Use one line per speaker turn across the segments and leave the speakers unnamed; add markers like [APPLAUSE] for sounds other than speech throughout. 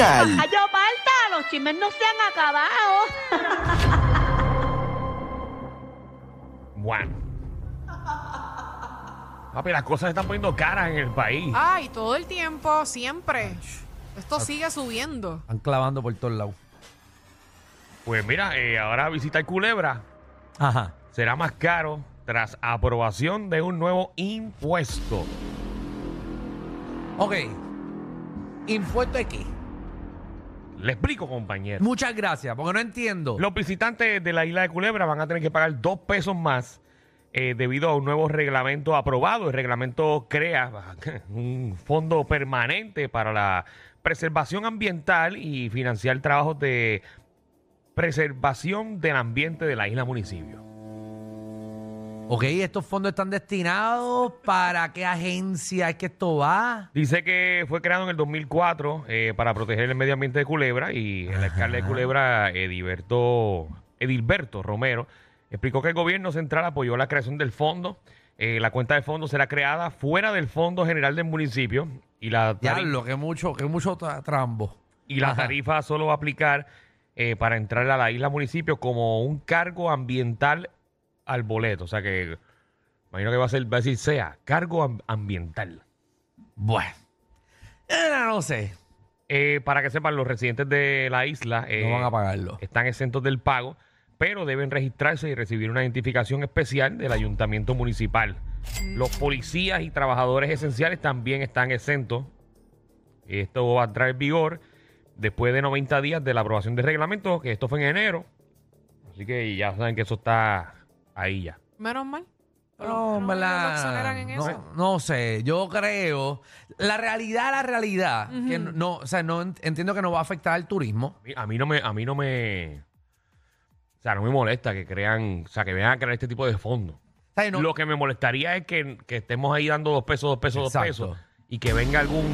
mal.
Ay, yo falta, los chismes no se han acabado.
Bueno. Papi, las cosas se están poniendo caras en el país.
Ay, Ah, todo el tiempo, siempre. Esto sigue subiendo.
Están clavando por todos lados.
Pues mira, eh, ahora visitar Culebra
Ajá.
será más caro tras aprobación de un nuevo impuesto.
Ok. Impuesto de qué?
Le explico, compañero.
Muchas gracias, porque no entiendo.
Los visitantes de la isla de Culebra van a tener que pagar dos pesos más eh, debido a un nuevo reglamento aprobado. El reglamento crea [LAUGHS] un fondo permanente para la preservación ambiental y financiar trabajos de preservación del ambiente de la isla municipio.
Ok, estos fondos están destinados para qué agencia es que esto va.
Dice que fue creado en el 2004 eh, para proteger el medio ambiente de Culebra y el alcalde de Culebra, Edilberto, Edilberto Romero, explicó que el gobierno central apoyó la creación del fondo. Eh, la cuenta de fondo será creada fuera del Fondo General del Municipio y la, tari-
Diablo, que mucho, que mucho tra- trambo.
y la
Ajá.
tarifa solo va a aplicar eh, para entrar a la isla municipio como un cargo ambiental al boleto. O sea que, imagino que va a, ser, va a decir sea, cargo am- ambiental.
Bueno. Eh, no sé.
Eh, para que sepan, los residentes de la isla eh,
no van a pagarlo.
están exentos del pago, pero deben registrarse y recibir una identificación especial del ayuntamiento municipal. Los policías y trabajadores esenciales también están exentos. Esto va a entrar en vigor después de 90 días de la aprobación del reglamento, que esto fue en enero. Así que ya saben que eso está ahí ya.
Menos mal.
No, me
menos mal
la-
los exoneran en
no-
eso.
no sé, yo creo. La realidad, la realidad. que no- no, o sea, no ent- entiendo que no va a afectar al turismo.
A mí, a mí no me, a mí no me, o sea, no me molesta que crean, o sea, que vengan a crear este tipo de fondos.
O sea, no-
Lo que me molestaría es que, que estemos ahí dando dos pesos, dos pesos,
Exacto.
dos pesos. Y que venga algún.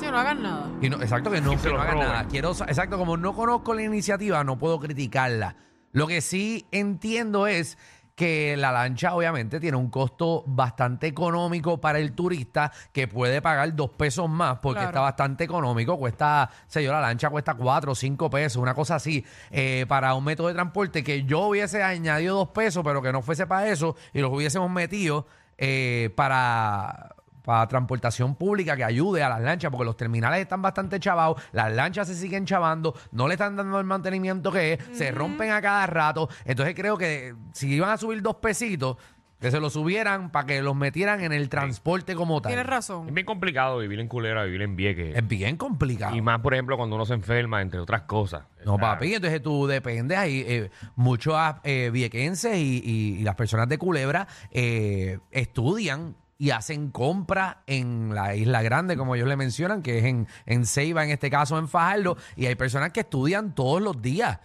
Sí, no hagan nada.
y no- exacto, que no,
Y se
que no
lo
hagan
roben.
nada. Quiero, sa- exacto, como no conozco la iniciativa, no puedo criticarla. Lo que sí entiendo es que la lancha obviamente tiene un costo bastante económico para el turista que puede pagar dos pesos más porque
Claro.
está bastante económico. Cuesta, sé yo, la lancha cuesta cuatro o cinco pesos, una cosa así, eh, para un método de transporte que yo hubiese añadido dos pesos, pero que no fuese para eso y los hubiésemos metido eh, para para transportación pública que ayude a las lanchas, porque los terminales están bastante chavados, las lanchas se siguen chavando, no le están dando el mantenimiento que es, se rompen a cada rato. Entonces creo que si iban a subir dos pesitos, que se los subieran para que los metieran en el transporte como tal.
Tienes razón.
Es bien complicado vivir en culera, vivir en vieque.
Es bien complicado.
Y más, por ejemplo, cuando uno se enferma, entre otras cosas.
No,
O sea,
papi, entonces tú dependes ahí. eh, muchos eh, viequenses y, y- y las personas de Culebra eh, estudian y hacen compra en la Isla Grande, como ellos le mencionan, que es en, en Ceiba, en este caso en Fajardo, y hay personas que estudian todos los días.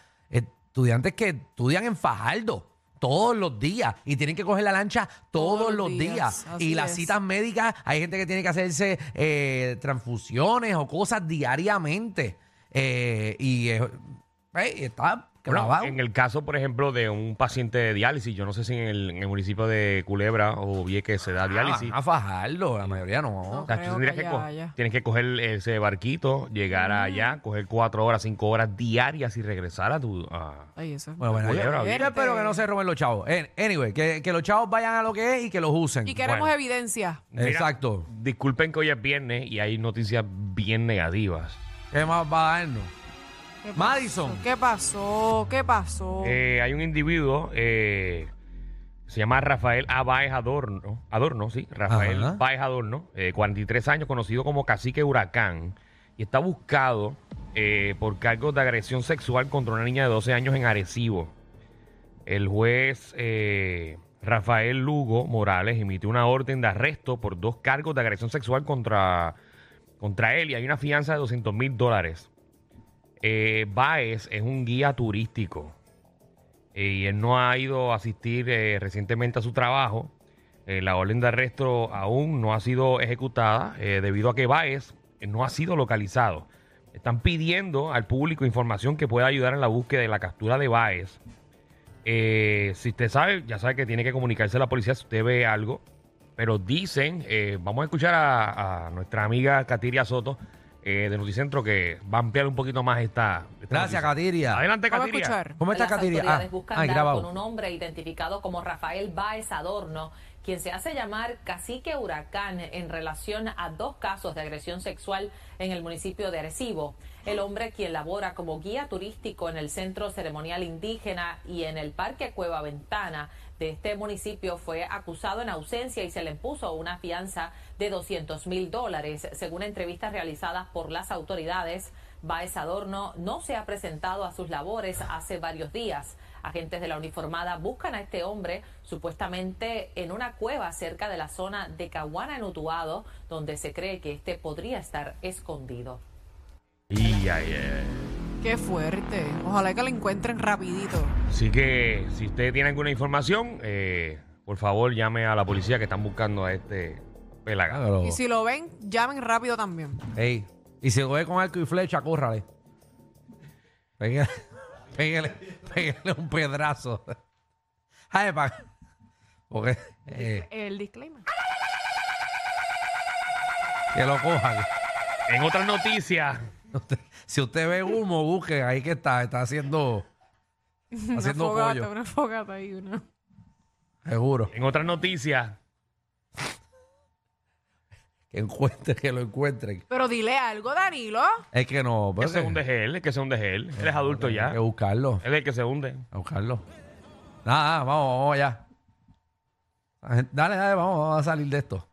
Estudiantes que estudian en Fajardo todos los días y tienen que coger la lancha todos, los días.
así
Y las
es.
citas médicas, hay gente que tiene que hacerse eh, transfusiones o cosas diariamente. Eh, y eh, eh, está
bueno,
grabado.
en el caso, por ejemplo, de un paciente de diálisis, yo no sé si en el, en el municipio de Culebra o Vieque se da
Ah,
diálisis.
van a fajarlo, la mayoría no.
O sea, tú
Creo
tendrías
que
que
ya
co-
haya.
tienes que coger ese barquito, llegar
Mm.
allá, coger cuatro horas, cinco horas diarias y regresar a tu. a-
Ay, eso. es-
Bueno, bueno, yo,
Culebra,
yo
viejo.
espero que no se roben los chavos. Eh, Anyway, que, que los chavos vayan a lo que es y que los usen.
y queremos
bueno.
evidencia.
Mira,
Exacto.
Disculpen que hoy es viernes y hay noticias bien negativas.
¿Qué más va a darnos?
¿Qué
Madison.
pasó? ¿Qué pasó? ¿Qué pasó?
Eh, hay un individuo, eh, se llama Rafael A. Baez Adorno, Adorno, sí, Rafael
Ajá.
Baez Adorno, eh, 43 años, conocido como Cacique Huracán, y está buscado eh, por cargos de agresión sexual contra una niña de 12 años en Arecibo. El juez eh, Rafael Lugo Morales emitió una orden de arresto por dos cargos de agresión sexual contra, contra él y hay una fianza de 200 mil dólares. Eh, Baez es un guía turístico eh, y él no ha ido a asistir eh, recientemente a su trabajo. Eh, la orden de arresto aún no ha sido ejecutada eh, debido a que Baez eh, no ha sido localizado. Están pidiendo al público información que pueda ayudar en la búsqueda de la captura de Baez. Eh, si usted sabe, ya sabe que tiene que comunicarse a la policía si usted ve algo. Pero dicen, eh, vamos a escuchar a, a nuestra amiga Katiria Soto, eh, de Noticentro que va a ampliar un poquito más esta. esta noticia.
Gracias, Catiria.
Adelante,
Vamos a
Catiria.
escuchar.
¿Cómo estás,
Las
Catiria?
autoridades buscan
ah,
dar
grabado.
con un hombre identificado como Rafael Baez Adorno, quien se hace llamar cacique huracán en relación a dos casos de agresión sexual en el municipio de Arecibo. El hombre, quien labora como guía turístico en el Centro Ceremonial Indígena y en el Parque Cueva Ventana de este municipio, fue acusado en ausencia y se le impuso una fianza de 200 mil dólares, según entrevistas realizadas por las autoridades. Baez Adorno no se ha presentado a sus labores hace varios días. Agentes de la uniformada buscan a este hombre supuestamente en una cueva cerca de la zona de Caguana en Utuado, donde se cree que este podría estar escondido.
Y ay, ay.
Qué fuerte. Ojalá que lo encuentren rapidito.
Así que si usted tiene alguna información, eh, por favor llame a la policía que están buscando a este pelagado.
Claro.
Y si lo ven, llamen rápido también.
Ey, y si lo ve con arco y flecha, córrale. Pégale, [LAUGHS] pégale, pégale un pedrazo. Ay, pa- Porque eh,
El disclaimer.
que lo cojan.
En otras noticias,
Usted- si usted ve humo, busque. Ahí que está, está haciendo,
[LAUGHS] Una
haciendo
fogata,
pollo.
una fogata ahí, una.
seguro.
en otras noticias,
Que encuentre, que lo encuentren.
Pero dile algo, Danilo.
Es que no.
que
pues,
se hunde es él, es que se hunde es él. Él es adulto ya.
Hay que buscarlo.
Él es el que se hunde.
A buscarlo. Nada, nada, vamos, vamos allá. La gente- Dale, dale, vamos, vamos a salir de esto.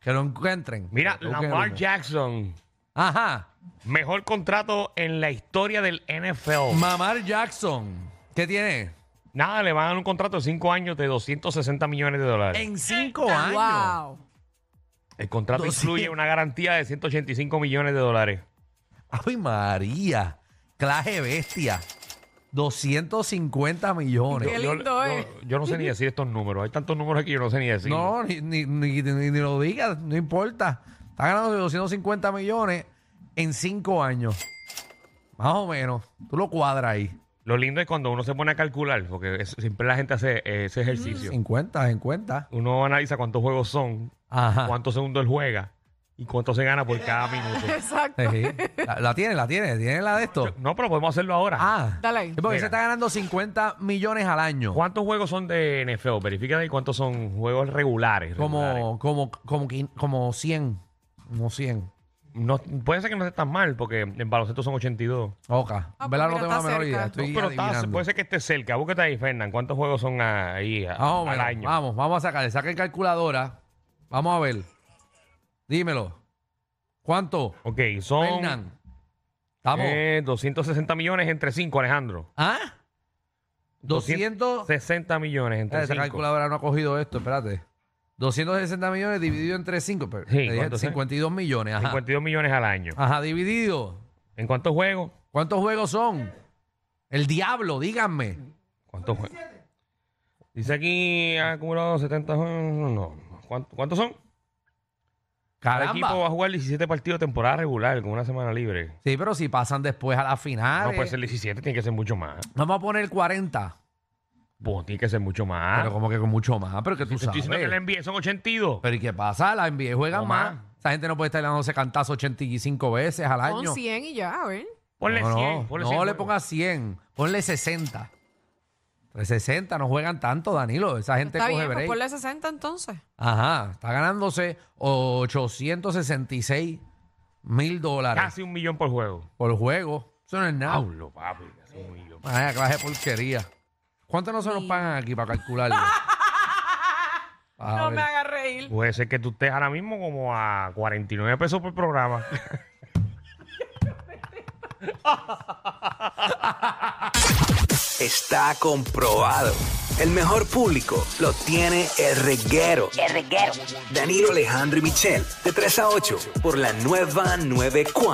Que lo encuentren.
Mira,
Que busquen el
Lamar
humo.
Jackson,
Ajá.
mejor contrato en la historia del NFL.
Mamar Jackson. ¿Qué tiene?
Nada, le van a dar un contrato de 5 años de 260 millones de dólares.
En cinco
Wow. [LAUGHS]
El contrato
200.
incluye una garantía de 185 millones de dólares.
¡Ay, María! Claje bestia. 250
Qué
millones.
lindo, ¿eh?
yo- yo no sé ni decir estos números. Hay tantos números aquí, yo no sé ni decir.
No, ni, ni, ni- ni- ni lo digas, no importa. Está ganando 250 millones en cinco años. Más o menos. Tú lo cuadras ahí.
Lo lindo es cuando uno se pone a calcular, porque es- siempre la gente hace eh, ese ejercicio.
Mm. 50, 50.
Uno analiza cuántos juegos son,
Ajá.
cuántos segundos él juega y cuánto se gana por cada minuto.
Exacto.
Sí. La, la tiene, la tiene, tiene la de esto.
No, pero podemos hacerlo ahora.
Ah.
Dale ahí.
Es porque se
Mira.
está ganando 50 millones al año.
¿Cuántos juegos son de NFL? Verifica ahí cuántos son juegos regulares. regulares.
Como, como, como, quin- como 100. Como 100.
No, puede ser que no esté tan mal, porque en baloncesto son 82.
Oca.
Ah,
En
pues
¿Verdad? No
mira,
tengo la
está
menor
cerca.
idea.
No,
Estoy
pero está-
adivinando.
puede ser que esté cerca. Búscate ahí, Fernán. ¿Cuántos juegos son a- ahí a-
Vamos,
al
mira,
año?
Ah, vamos, vamos a sacarle. Saquen calculadora. Vamos a ver. Dímelo. ¿Cuánto?
Ok, son
Fernán. Estamos.
eh, 260 millones entre 5, Alejandro.
¿Ah? 200.
60 millones entre
Espérate, Esa
5.
calculadora no ha cogido esto, espérate. 260 millones dividido entre 5.
Sí, ¿cuánto es?
52 millones. Ajá. Ah.
52 millones al año.
Ajá, dividido.
¿En cuántos juegos?
¿Cuántos juegos son? El diablo, díganme.
¿Cuántos juegos? Dice aquí ha acumulado 70 juegos. No, no. ¿Cuánto- ¿Cuántos son? Cada
Caramba.
equipo va a jugar 17 partidos de temporada regular con una semana libre.
Sí, pero si pasan después a la final. eh,
No pues, puede ser 17, tiene que ser mucho más.
Vamos a poner 40.
Pues, tiene que ser mucho más.
Pero como que con mucho más, pero
[LAUGHS]
que tú
Estoy
sabes.
diciendo que la NBA son 82.
Pero ¿y qué pasa? La NBA juega
No
más.
más.
Esa gente no puede estar dándose cantazo 85 veces al año.
Con 100 y ya, a ver.
Ponle
no,
100.
no,
ponle
no
100
le
juegos.
pongas 100. Ponle 60. 360 no juegan tanto, Danilo. Esa gente
Está
coge
bien, pues
break.
ponle 60 entonces.
Ajá, está ganándose 866 mil dólares
Casi un millón por juego.
por juego. Eso no es nada.
Pablo, papi, casi un millón.
Vaya clase de porquería. ¿Cuánto no se nos pagan aquí para calcularlo? A
[LAUGHS] No
ver.
me hagas reír.
Puede ser que tú estés ahora mismo como a 49 pesos por
[LAUGHS]
programa.
Está comprobado. El mejor público lo tiene el reguero. El reguero. Danilo Alejandro y Michel, de 3 a 8, por la nueva 94.